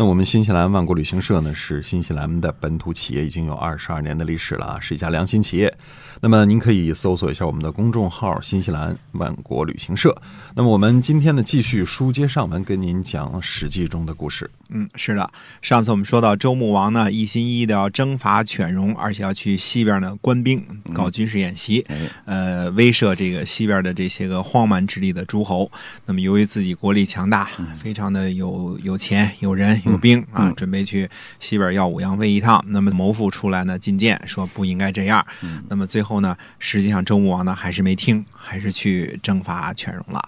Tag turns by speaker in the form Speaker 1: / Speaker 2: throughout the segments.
Speaker 1: 那我们新西兰万国旅行社呢，是新西兰的本土企业，已经有二十二年的历史了啊，是一家良心企业。那么您可以搜索一下我们的公众号“新西兰万国旅行社”。那么我们今天呢，继续书接上文，跟您讲《史记》中的故事。
Speaker 2: 嗯，是的，上次我们说到周穆王呢，一心一意的要征伐犬戎，而且要去西边呢官兵搞军事演习，呃，威慑这个西边的这些个荒蛮之地的诸侯。那么由于自己国力强大，非常的有有钱、有人、有兵啊，准备去西边耀武扬威一趟。那么谋父出来呢进谏，说不应该这样。那么最后呢，实际上周穆王呢还是没听，还是去征伐犬戎了。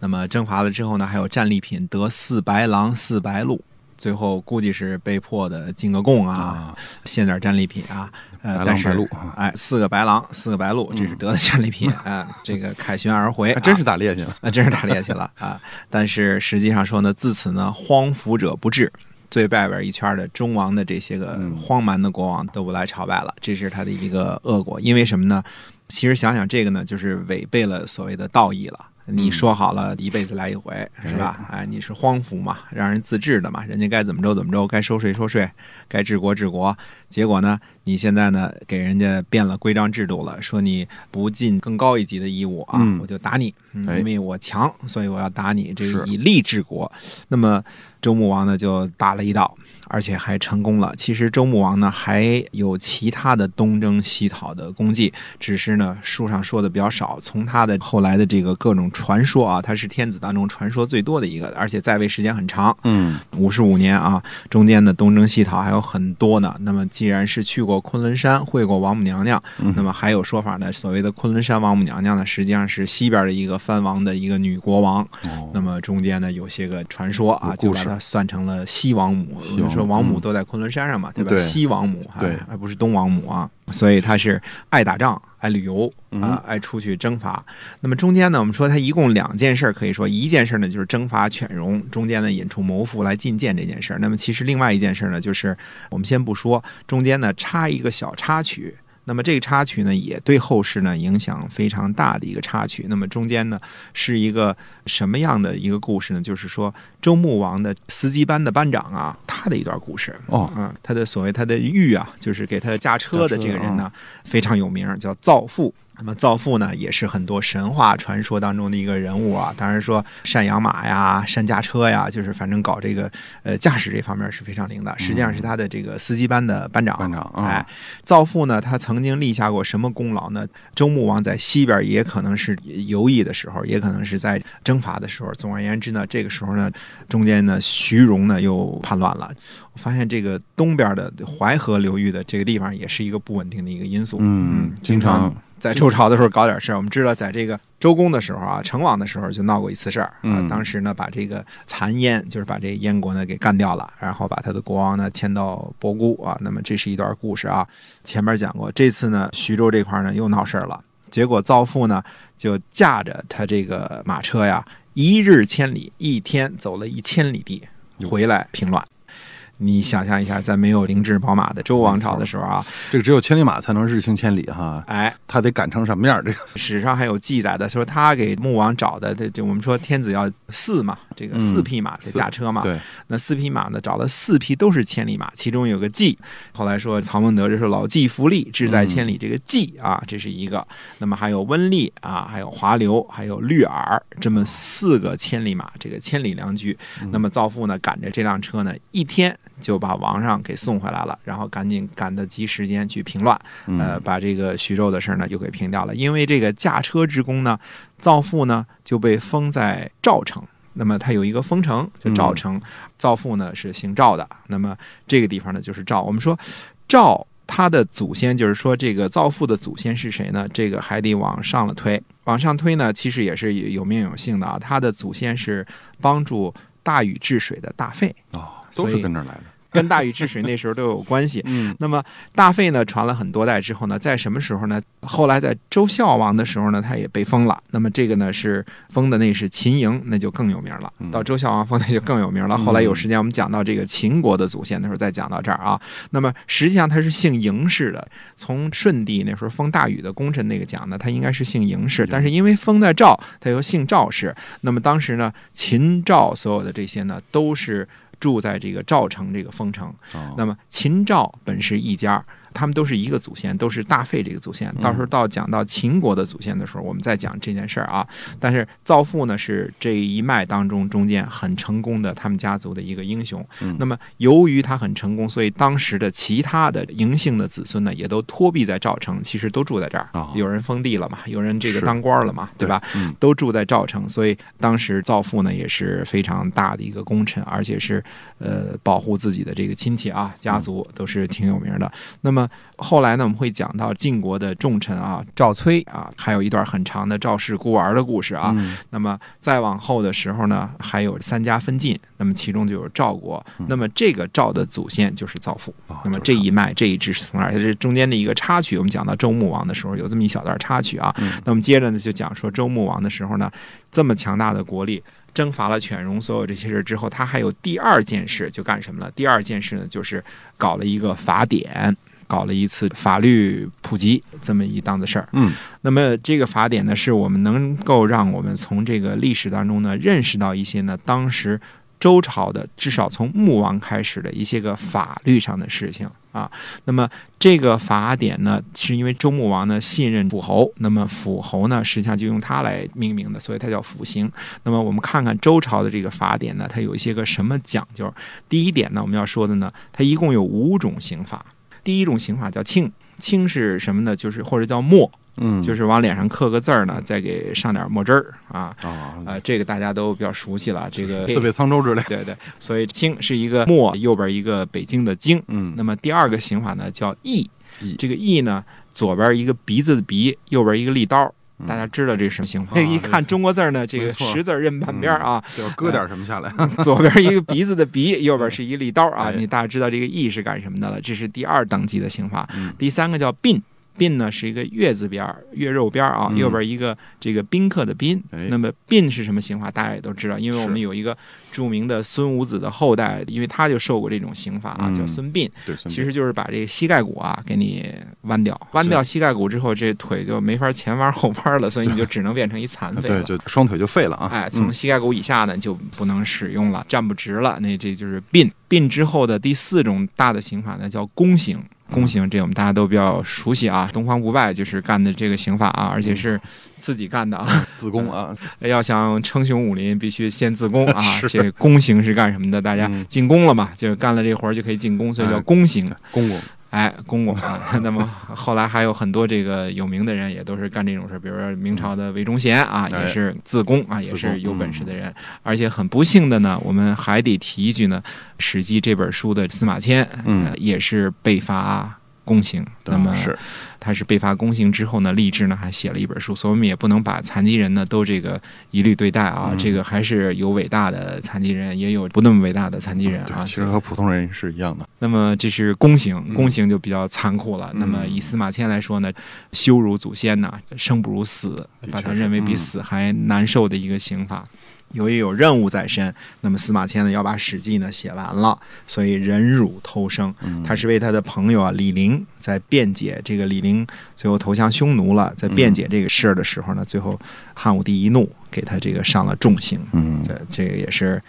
Speaker 2: 那么征伐了之后呢，还有战利品得四白狼、四白鹿，最后估计是被迫的进个贡啊，献点战利品啊。呃，
Speaker 1: 白
Speaker 2: 但
Speaker 1: 狼
Speaker 2: 是
Speaker 1: 白鹿啊嗯
Speaker 2: 哎，四个白狼，四个白鹿，这是得的战利 品啊、这个凯旋而回、
Speaker 1: 还
Speaker 2: 啊，
Speaker 1: 真是打猎去了。
Speaker 2: 那真是打猎去了啊！但是实际上说呢，自此呢，荒服者不至。最外边一圈的中王的这些个
Speaker 1: 嗯
Speaker 2: 荒蛮的国王都不来朝拜了，这是他的一个恶果。因为什么呢？其实想想这个呢，就是违背了所谓的道义了。你说好了一辈子来一回，是吧？哎，你是荒服嘛，让人自治的嘛，人家该怎么着怎么着，该收税收税，该治国治国。结果呢，你现在呢给人家变了规章制度了，说你不尽更高一级的义务啊，
Speaker 1: 嗯
Speaker 2: 我就打你。嗯
Speaker 1: 哎
Speaker 2: 因为我强，所以我要打你，这
Speaker 1: 是
Speaker 2: 以力治国。那么周穆王呢就打了一道，而且还成功了。其实周穆王呢还有其他的东征西讨的功绩，只是呢书上说的比较少。从他的后来的这个各种传说啊，他是天子当中传说最多的一个，而且在位时间很长，
Speaker 1: 嗯，
Speaker 2: 五十五年啊，中间的东征西讨还有很多呢。那么既然是去过昆仑山，会过王母娘娘，
Speaker 1: 嗯
Speaker 2: 那么还有说法呢，所谓的昆仑山王母娘娘呢，实际上是西边的一个藩王的一个女国王。那么中间呢，有些个传说啊，
Speaker 1: 哦有
Speaker 2: 就
Speaker 1: 故事
Speaker 2: 把它算成了西王母。
Speaker 1: 西
Speaker 2: 我
Speaker 1: 王母嗯
Speaker 2: 们说王母都在昆仑山上嘛，对吧？
Speaker 1: 对
Speaker 2: 西王母还
Speaker 1: 对
Speaker 2: 还不是东王母啊，所以她是爱打仗、爱旅游
Speaker 1: 嗯
Speaker 2: 啊、爱出去征伐。那么中间呢，我们说他一共两件事，可以说一件事呢就是征伐犬戎，中间呢引出谋父来进谏这件事儿。那么其实另外一件事呢，就是我们先不说，中间呢插一个小插曲。那么这个插曲呢，也对后世呢影响非常大的一个插曲。那么中间呢是一个什么样的一个故事呢？就是说周穆王的司机班的班长啊，他的一段故事。
Speaker 1: 哦，
Speaker 2: 啊，他的所谓他的御啊，就是给他驾车的这个人呢，非常有名，叫造父。那么造父呢，也是很多神话传说当中的一个人物啊。当然说善养马呀、善驾车呀，就是反正搞这个呃驾驶这方面是非常灵的。实际上是他的这个司机班的班长。
Speaker 1: 嗯班长嗯
Speaker 2: 哎，造父呢，他曾经立下过什么功劳呢？周穆王在西边也可能是游弋的时候，也可能是在征伐的时候。总而言之呢，这个时候呢，中间呢，徐荣呢又叛乱了。我发现这个东边的淮河流域的这个地方也是一个不稳定的一个因素。
Speaker 1: 嗯经
Speaker 2: 经
Speaker 1: 常
Speaker 2: 在周朝的时候搞点事儿。我们知道，在这个周公的时候啊，成王的时候就闹过一次事儿啊
Speaker 1: 嗯。
Speaker 2: 当时呢，把这个残燕，就是把这个燕国呢给干掉了，然后把他的国王呢迁到博姑啊。那么这是一段故事啊。前面讲过，这次呢，徐州这块儿呢又闹事儿了。结果造父呢就驾着他这个马车呀，一日千里，一天走了一千里地，回来平乱。你想象一下，在没有灵智宝马的周王朝的时候啊，
Speaker 1: 这个只有千里马才能日行千里哈，
Speaker 2: 哎，
Speaker 1: 他得赶成什么样？这个
Speaker 2: 史上还有记载的，说他给穆王找的，这就我们说天子要四嘛，这个
Speaker 1: 嗯
Speaker 2: 四匹马得
Speaker 1: 四
Speaker 2: 驾车嘛，
Speaker 1: 对，
Speaker 2: 那四匹马呢，找了四匹都是千里马，其中有个季。后来说曹孟德这是老骥伏枥，志在千里。这个季啊，这是一个。那么还有温丽啊，还有华流，还有绿耳，这么四个千里马，这个千里良驹。那么造父呢，赶着这辆车呢，一天就把王上给送回来了，然后赶紧赶得及时间去平乱，呃，把这个徐州的事儿呢又给平掉了。因为这个驾车之功呢，造父呢就被封在赵城。那么它有一个封城，就赵城。赵父呢是姓赵的，那么这个地方呢就是赵。我们说赵他的祖先，就是说这个赵父的祖先是谁呢？这个还得往上了推，往上推呢，其实也是有名有姓的啊。他的祖先是帮助大禹治水的大费，
Speaker 1: 哦，都
Speaker 2: 所
Speaker 1: 是
Speaker 2: 以
Speaker 1: 跟这儿来的。
Speaker 2: 跟大禹治水那时候都有关系。
Speaker 1: 嗯
Speaker 2: 那么大费呢传了很多代之后呢，在什么时候呢？后来在周孝王的时候呢，他也被封了。那么这个呢是封的那是秦营，那就更有名了
Speaker 1: 嗯。
Speaker 2: 到周孝王封那就更有名了。后来有时间我们讲到这个秦国的祖先的时候再讲到这儿啊。那么实际上他是姓嬴氏的，从舜帝那时候封大禹的功臣那个讲呢，他应该是姓嬴氏，但是因为封在赵，他又姓赵氏。那么当时呢，秦赵所有的这些呢都是。住在这个赵城这个封城，
Speaker 1: 哦
Speaker 2: 那么秦赵本是一家，他们都是一个祖先，都是大费这个祖先。到时候到讲到秦国的祖先的时候，我们再讲这件事儿啊。但是造父呢是这一脉当中中间很成功的他们家族的一个英雄。
Speaker 1: 嗯
Speaker 2: 那么由于他很成功，所以当时的其他的嬴姓的子孙呢，也都托庇在赵城，其实都住在这儿。
Speaker 1: 哦
Speaker 2: 有人封地了嘛，有人这个
Speaker 1: 是
Speaker 2: 当官了嘛，对吧？
Speaker 1: 嗯
Speaker 2: 都住在赵城，所以当时造父呢也是非常大的一个功臣，而且是呃保护自己的这个亲戚啊、家
Speaker 1: 嗯
Speaker 2: 族都是挺有名的。那么后来呢，我们会讲到晋国的重臣啊赵崔啊，还有一段很长的赵氏孤儿的故事啊。
Speaker 1: 嗯
Speaker 2: 那么再往后的时候呢，还有三家分晋，那么其中就有赵国，那么这个赵的祖先就是赵父。
Speaker 1: 哦
Speaker 2: 那么
Speaker 1: 就是
Speaker 2: 这一脉这一支是从哪儿？这是中间的一个插曲。我们讲到周穆王的时候，有这么一小段插曲啊。
Speaker 1: 嗯
Speaker 2: 那么接着呢，就讲说周穆王的时候呢，这么强大的国力。征伐了犬戎所有这些事之后，他还有第二件事，就干什么了？第二件事呢，就是搞了一个法典，搞了一次法律普及这么一档子事儿。
Speaker 1: 嗯
Speaker 2: 那么这个法典呢，是我们能够让我们从这个历史当中呢，认识到一些呢，当时周朝的至少从穆王开始的一些个法律上的事情啊。那么这个法典呢，是因为周穆王呢信任辅侯，那么辅侯呢实际上就用它来命名的，所以它叫辅刑。那么我们看看周朝的这个法典呢，它有一些个什么讲究？第一点呢，我们要说的呢，它一共有五种刑法。第一种刑法叫庆，庆是什么呢？就是或者叫墨，
Speaker 1: 嗯
Speaker 2: 就是往脸上刻个字儿呢，再给上点墨汁儿啊。
Speaker 1: 啊
Speaker 2: 啊，这个大家都比较熟悉了，这个
Speaker 1: 四倍沧州之类的，
Speaker 2: 对对，所以“京”是一个墨，右边一个北京的“京”。
Speaker 1: 嗯
Speaker 2: 那么第二个刑法呢叫义
Speaker 1: 义，
Speaker 2: 这个义呢左边一个鼻子的鼻，右边一个利刀。大家知道这是什么刑法？
Speaker 1: 啊
Speaker 2: 嗯一看中国字儿呢，这
Speaker 1: 没
Speaker 2: 个
Speaker 1: 错
Speaker 2: 识字儿认半边儿啊，
Speaker 1: 就割点什么下来，
Speaker 2: 左边一个鼻子的 鼻，右边是一利刀啊
Speaker 1: 哎。
Speaker 2: 你大家知道这个义是干什么的了？这是第二等级的刑法
Speaker 1: 嗯。
Speaker 2: 第三个叫鬓，鬓呢是一个月字边儿，月肉边儿啊，
Speaker 1: 嗯
Speaker 2: 右边一个这个宾客的宾
Speaker 1: 哎。
Speaker 2: 那么鬓是什么刑法？大家也都知道，因为
Speaker 1: 是
Speaker 2: 我们有一个著名的孙武子的后代，因为他就受过这种刑法啊，
Speaker 1: 嗯
Speaker 2: 叫孙膑。
Speaker 1: 对，
Speaker 2: 其实就是把这个膝盖骨啊给你弯掉，弯掉膝盖骨之后，这腿就没法前弯后弯了，所以你就只能变成一残废了
Speaker 1: 对，。就双腿就废了啊，
Speaker 2: 哎，
Speaker 1: 嗯
Speaker 2: 从膝盖骨以下呢就不能使用了，站不直了，那这就是病。病之后的第四种大的刑法呢，叫宫刑。
Speaker 1: 嗯
Speaker 2: 宫刑这我们大家都比较熟悉啊，东方不败就是干的这个刑法啊，而
Speaker 1: 嗯
Speaker 2: 且是自己干的啊。
Speaker 1: 子宫啊，
Speaker 2: 要想称雄武林，必须先自宫啊
Speaker 1: 是。
Speaker 2: 这宫刑是干什么的？大家
Speaker 1: 嗯
Speaker 2: 进宫了嘛，就是干了这活儿就可以进宫，所以
Speaker 1: 哎
Speaker 2: 叫宫刑。
Speaker 1: 公公
Speaker 2: 哎，公公啊， 那么后来还有很多这个有名的人也都是干这种事，比如说明朝的韦忠贤啊，
Speaker 1: 哎
Speaker 2: 也是自宫啊，
Speaker 1: 自
Speaker 2: 也
Speaker 1: 宫嗯
Speaker 2: 是有本事的人。而且很不幸的呢，我们还得提一句呢，《史记》这本书的司马迁，
Speaker 1: 嗯啊
Speaker 2: 呃也是被罚宫刑。那么
Speaker 1: 是
Speaker 2: 他是被罚宫刑之后呢，励志呢还写了一本书，所以我们也不能把残疾人呢都这个一律对待啊，
Speaker 1: 嗯啊
Speaker 2: 这个还是有伟大的残疾人，啊也有不那么伟大的残疾人啊。
Speaker 1: 对，其实和普通人是一样的，
Speaker 2: 那么这是宫刑，
Speaker 1: 嗯
Speaker 2: 宫刑就比较残酷了。
Speaker 1: 嗯
Speaker 2: 那么以司马迁来说呢，羞辱祖先呐、生不如死
Speaker 1: 的确，
Speaker 2: 把他
Speaker 1: 是
Speaker 2: 认为比
Speaker 1: 嗯
Speaker 2: 死还难受的一个刑法。由于有任务在身，那么司马迁呢要把《史记呢》写完了，所以忍辱偷生。
Speaker 1: 嗯
Speaker 2: 他是为他的朋友啊李陵在辩解这个李陵最后投降匈奴了，在辩解这个事儿的时候呢，最后汉武帝一怒，给他这个上了重刑。
Speaker 1: 嗯
Speaker 2: 对，这个也是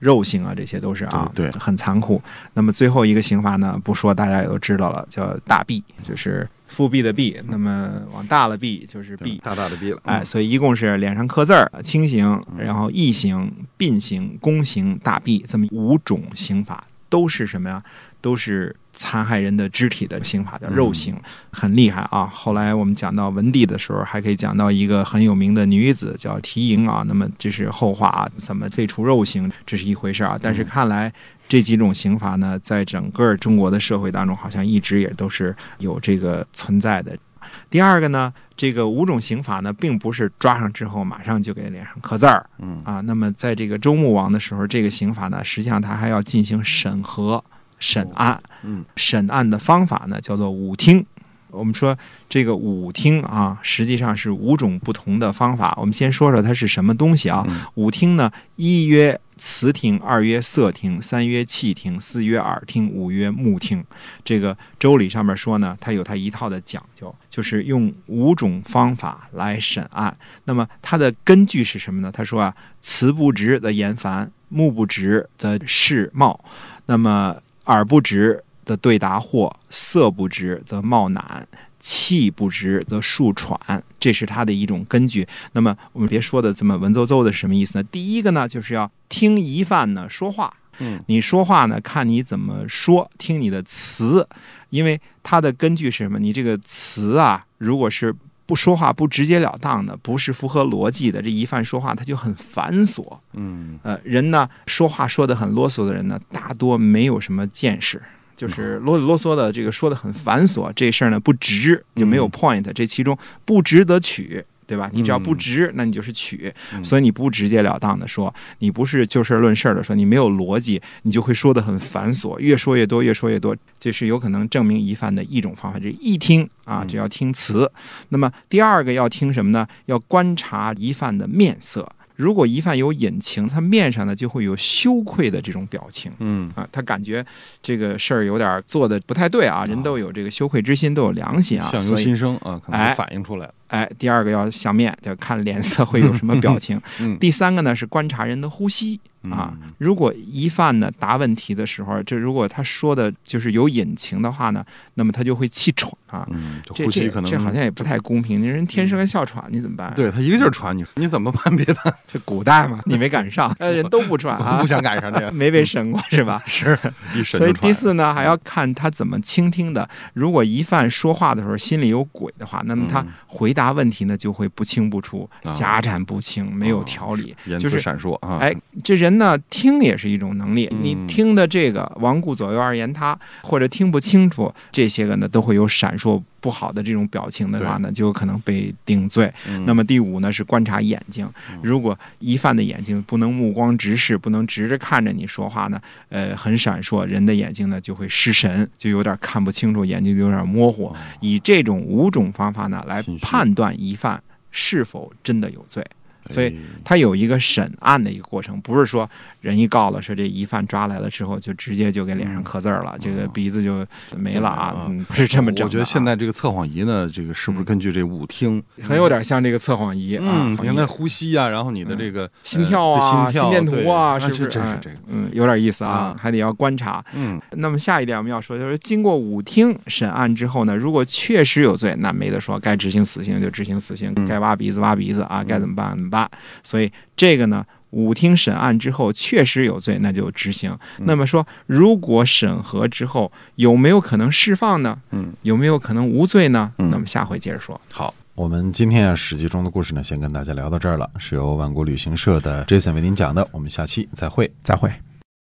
Speaker 2: 肉性啊，这些都是啊，
Speaker 1: 对对
Speaker 2: 很残酷。那么最后一个刑罚呢，不说大家也都知道了，叫大弊，就是复辟的弊。那么往大了弊就是弊，
Speaker 1: 大大的逼了，
Speaker 2: 哎，所以一共是脸上刻字儿、轻刑，
Speaker 1: 嗯
Speaker 2: 然后异刑、并刑、宫刑、大弊这么五种刑法，都是什么呀？都是残害人的肢体的刑法，叫肉刑，很厉害啊。后来我们讲到文帝的时候，还可以讲到一个很有名的女子叫缇萦啊。那么这是后话啊，怎么废除肉刑，这是一回事儿啊。但是看来这几种刑罚呢，在整个中国的社会当中，好像一直也都是有这个存在的。第二个呢，这个五种刑法呢，并不是抓上之后马上就给脸上刻字儿，
Speaker 1: 嗯
Speaker 2: 啊，那么在这个周穆王的时候，这个刑法呢，实际上他还要进行审核。审案。
Speaker 3: 嗯，
Speaker 2: 审案的方法呢叫做五听。我们说这个五听啊，实际上是五种不同的方法。我们先说说它是什么东西啊？
Speaker 3: 嗯
Speaker 2: 五听呢，一曰词听，二曰色听，三曰气听，四曰耳听，五曰目听。这个《周礼》上面说呢，它有它一套的讲究，就是用五种方法来审案。那么它的根据是什么呢？他说啊，词不直则言繁，目不直则视貌，那么耳不直则对答惑，色不直则貌赧。气不直则数喘，这是它的一种根据。那么我们别说的这么文绉绉的是什么意思呢？第一个呢，就是要听疑犯呢说话，
Speaker 3: 嗯，
Speaker 2: 你说话呢，看你怎么说，听你的词，因为它的根据是什么？你这个词啊，如果是不说话不直截了当的，不是符合逻辑的，这疑犯说话他就很繁琐。
Speaker 3: 嗯，
Speaker 2: 呃，人呢说话说得很啰嗦的人呢，大多没有什么见识，就是啰里啰嗦的，这个说得很繁琐，这事儿呢不值，就没有 point，、这其中不值得取。对吧？你只要不值，那你就是取，
Speaker 3: 嗯
Speaker 2: 所以你不直截了当的说，你不是就事论事的说，你没有逻辑，你就会说得很繁琐，越说越多，越说越多，这是有可能证明疑犯的一种方法，就是一听啊，只要听词，那么第二个要听什么呢？要观察疑犯的面色。如果疑犯有隐情，他面上呢就会有羞愧的这种表情。
Speaker 3: 嗯
Speaker 2: 啊，他感觉这个事儿有点儿做的不太对啊，人都有这个羞愧之心，都有良心啊，
Speaker 1: 相由
Speaker 2: 所以
Speaker 1: 心生啊，可能
Speaker 2: 哎
Speaker 1: 就反映出来了。
Speaker 2: 哎，第二个要相面，要看脸色会有什么表情。
Speaker 1: 嗯
Speaker 2: 第三个呢是观察人的呼吸，啊，如果疑犯呢答问题的时候，这如果他说的就是有隐情的话呢，那么他就会气喘啊，
Speaker 1: 嗯，就
Speaker 2: 这
Speaker 1: 呼吸
Speaker 2: 这
Speaker 1: 可能嗯
Speaker 2: 这好像也不太公平。你人天生个哮喘，你怎么办？，
Speaker 1: 对他一个劲儿传你，你怎么判别的？
Speaker 2: 这古代嘛，你没赶 上，呃人都不喘
Speaker 1: 我
Speaker 2: 啊
Speaker 1: 不，想赶上这个，
Speaker 2: 没被审过是吧？
Speaker 1: 是一 审
Speaker 2: 所以
Speaker 1: 就传
Speaker 2: 第四呢，还要看他怎么倾听的。如果疑犯说话的时候心里有鬼的话，那么
Speaker 1: 嗯
Speaker 2: 他回答问题呢就会不清不楚
Speaker 1: 啊，哦
Speaker 2: 夹斩不清，没有条理，
Speaker 1: 言
Speaker 2: 就
Speaker 1: 辞
Speaker 2: 是
Speaker 1: 闪烁啊，
Speaker 2: 哎，这人呢，听也是一种能力。你
Speaker 1: 嗯
Speaker 2: 听的这个罔顾左右而言他，或者听不清楚，这些个呢都会有闪烁不好的这种表情的话呢，就有可能被定罪。
Speaker 1: 嗯
Speaker 2: 那么第五呢是观察眼睛，如果疑犯的眼睛不能目光直视，不能直着看着你说话呢，呃，很闪烁，人的眼睛呢就会失神，就有点看不清楚，眼睛就有点模糊。以这种五种方法呢来
Speaker 1: 哦信息
Speaker 2: 判断疑犯是否真的有罪。所以
Speaker 1: 哎
Speaker 2: 它有一个审案的一个过程，不是说人一告了，说这疑犯抓来了之后就直接就给脸上刻字儿了，这个鼻子就没了啊，
Speaker 1: 嗯
Speaker 2: 嗯，不是这么整的啊、
Speaker 1: 我觉得现在这个测谎仪呢，这个是不是根据这五听？
Speaker 2: 嗯很有点像这个测谎仪啊，
Speaker 1: 嗯，
Speaker 2: 好
Speaker 1: 你
Speaker 2: 像
Speaker 1: 看它呼吸啊，然后你的这个
Speaker 2: 心跳啊、
Speaker 1: 呃对心
Speaker 2: 心
Speaker 1: 跳
Speaker 2: 电图啊，
Speaker 1: 对
Speaker 2: 是不是？
Speaker 1: 这
Speaker 2: 哎
Speaker 1: 是这个，
Speaker 2: 嗯，有点意思啊
Speaker 1: 啊，
Speaker 2: 还得要观察。
Speaker 1: 嗯，
Speaker 2: 那么下一点我们要说，就是经过五听审案之后呢，如果确实有罪，那没得说，该执行死刑就执行死
Speaker 1: 嗯
Speaker 2: 刑，该挖鼻子挖鼻子啊，该怎么办怎么办。所以这个呢，五听审案之后确实有罪，那就执行。
Speaker 1: 嗯
Speaker 2: 那么说，如果审核之后有没有可能释放呢？
Speaker 1: 嗯，
Speaker 2: 有没有可能无罪呢？那么下回接着说。
Speaker 1: 好。我们今天啊，《史记》中的故事呢，先跟大家聊到这儿了，是由万国旅行社的 Jason 为您讲的，我们下期再会。
Speaker 2: 再会。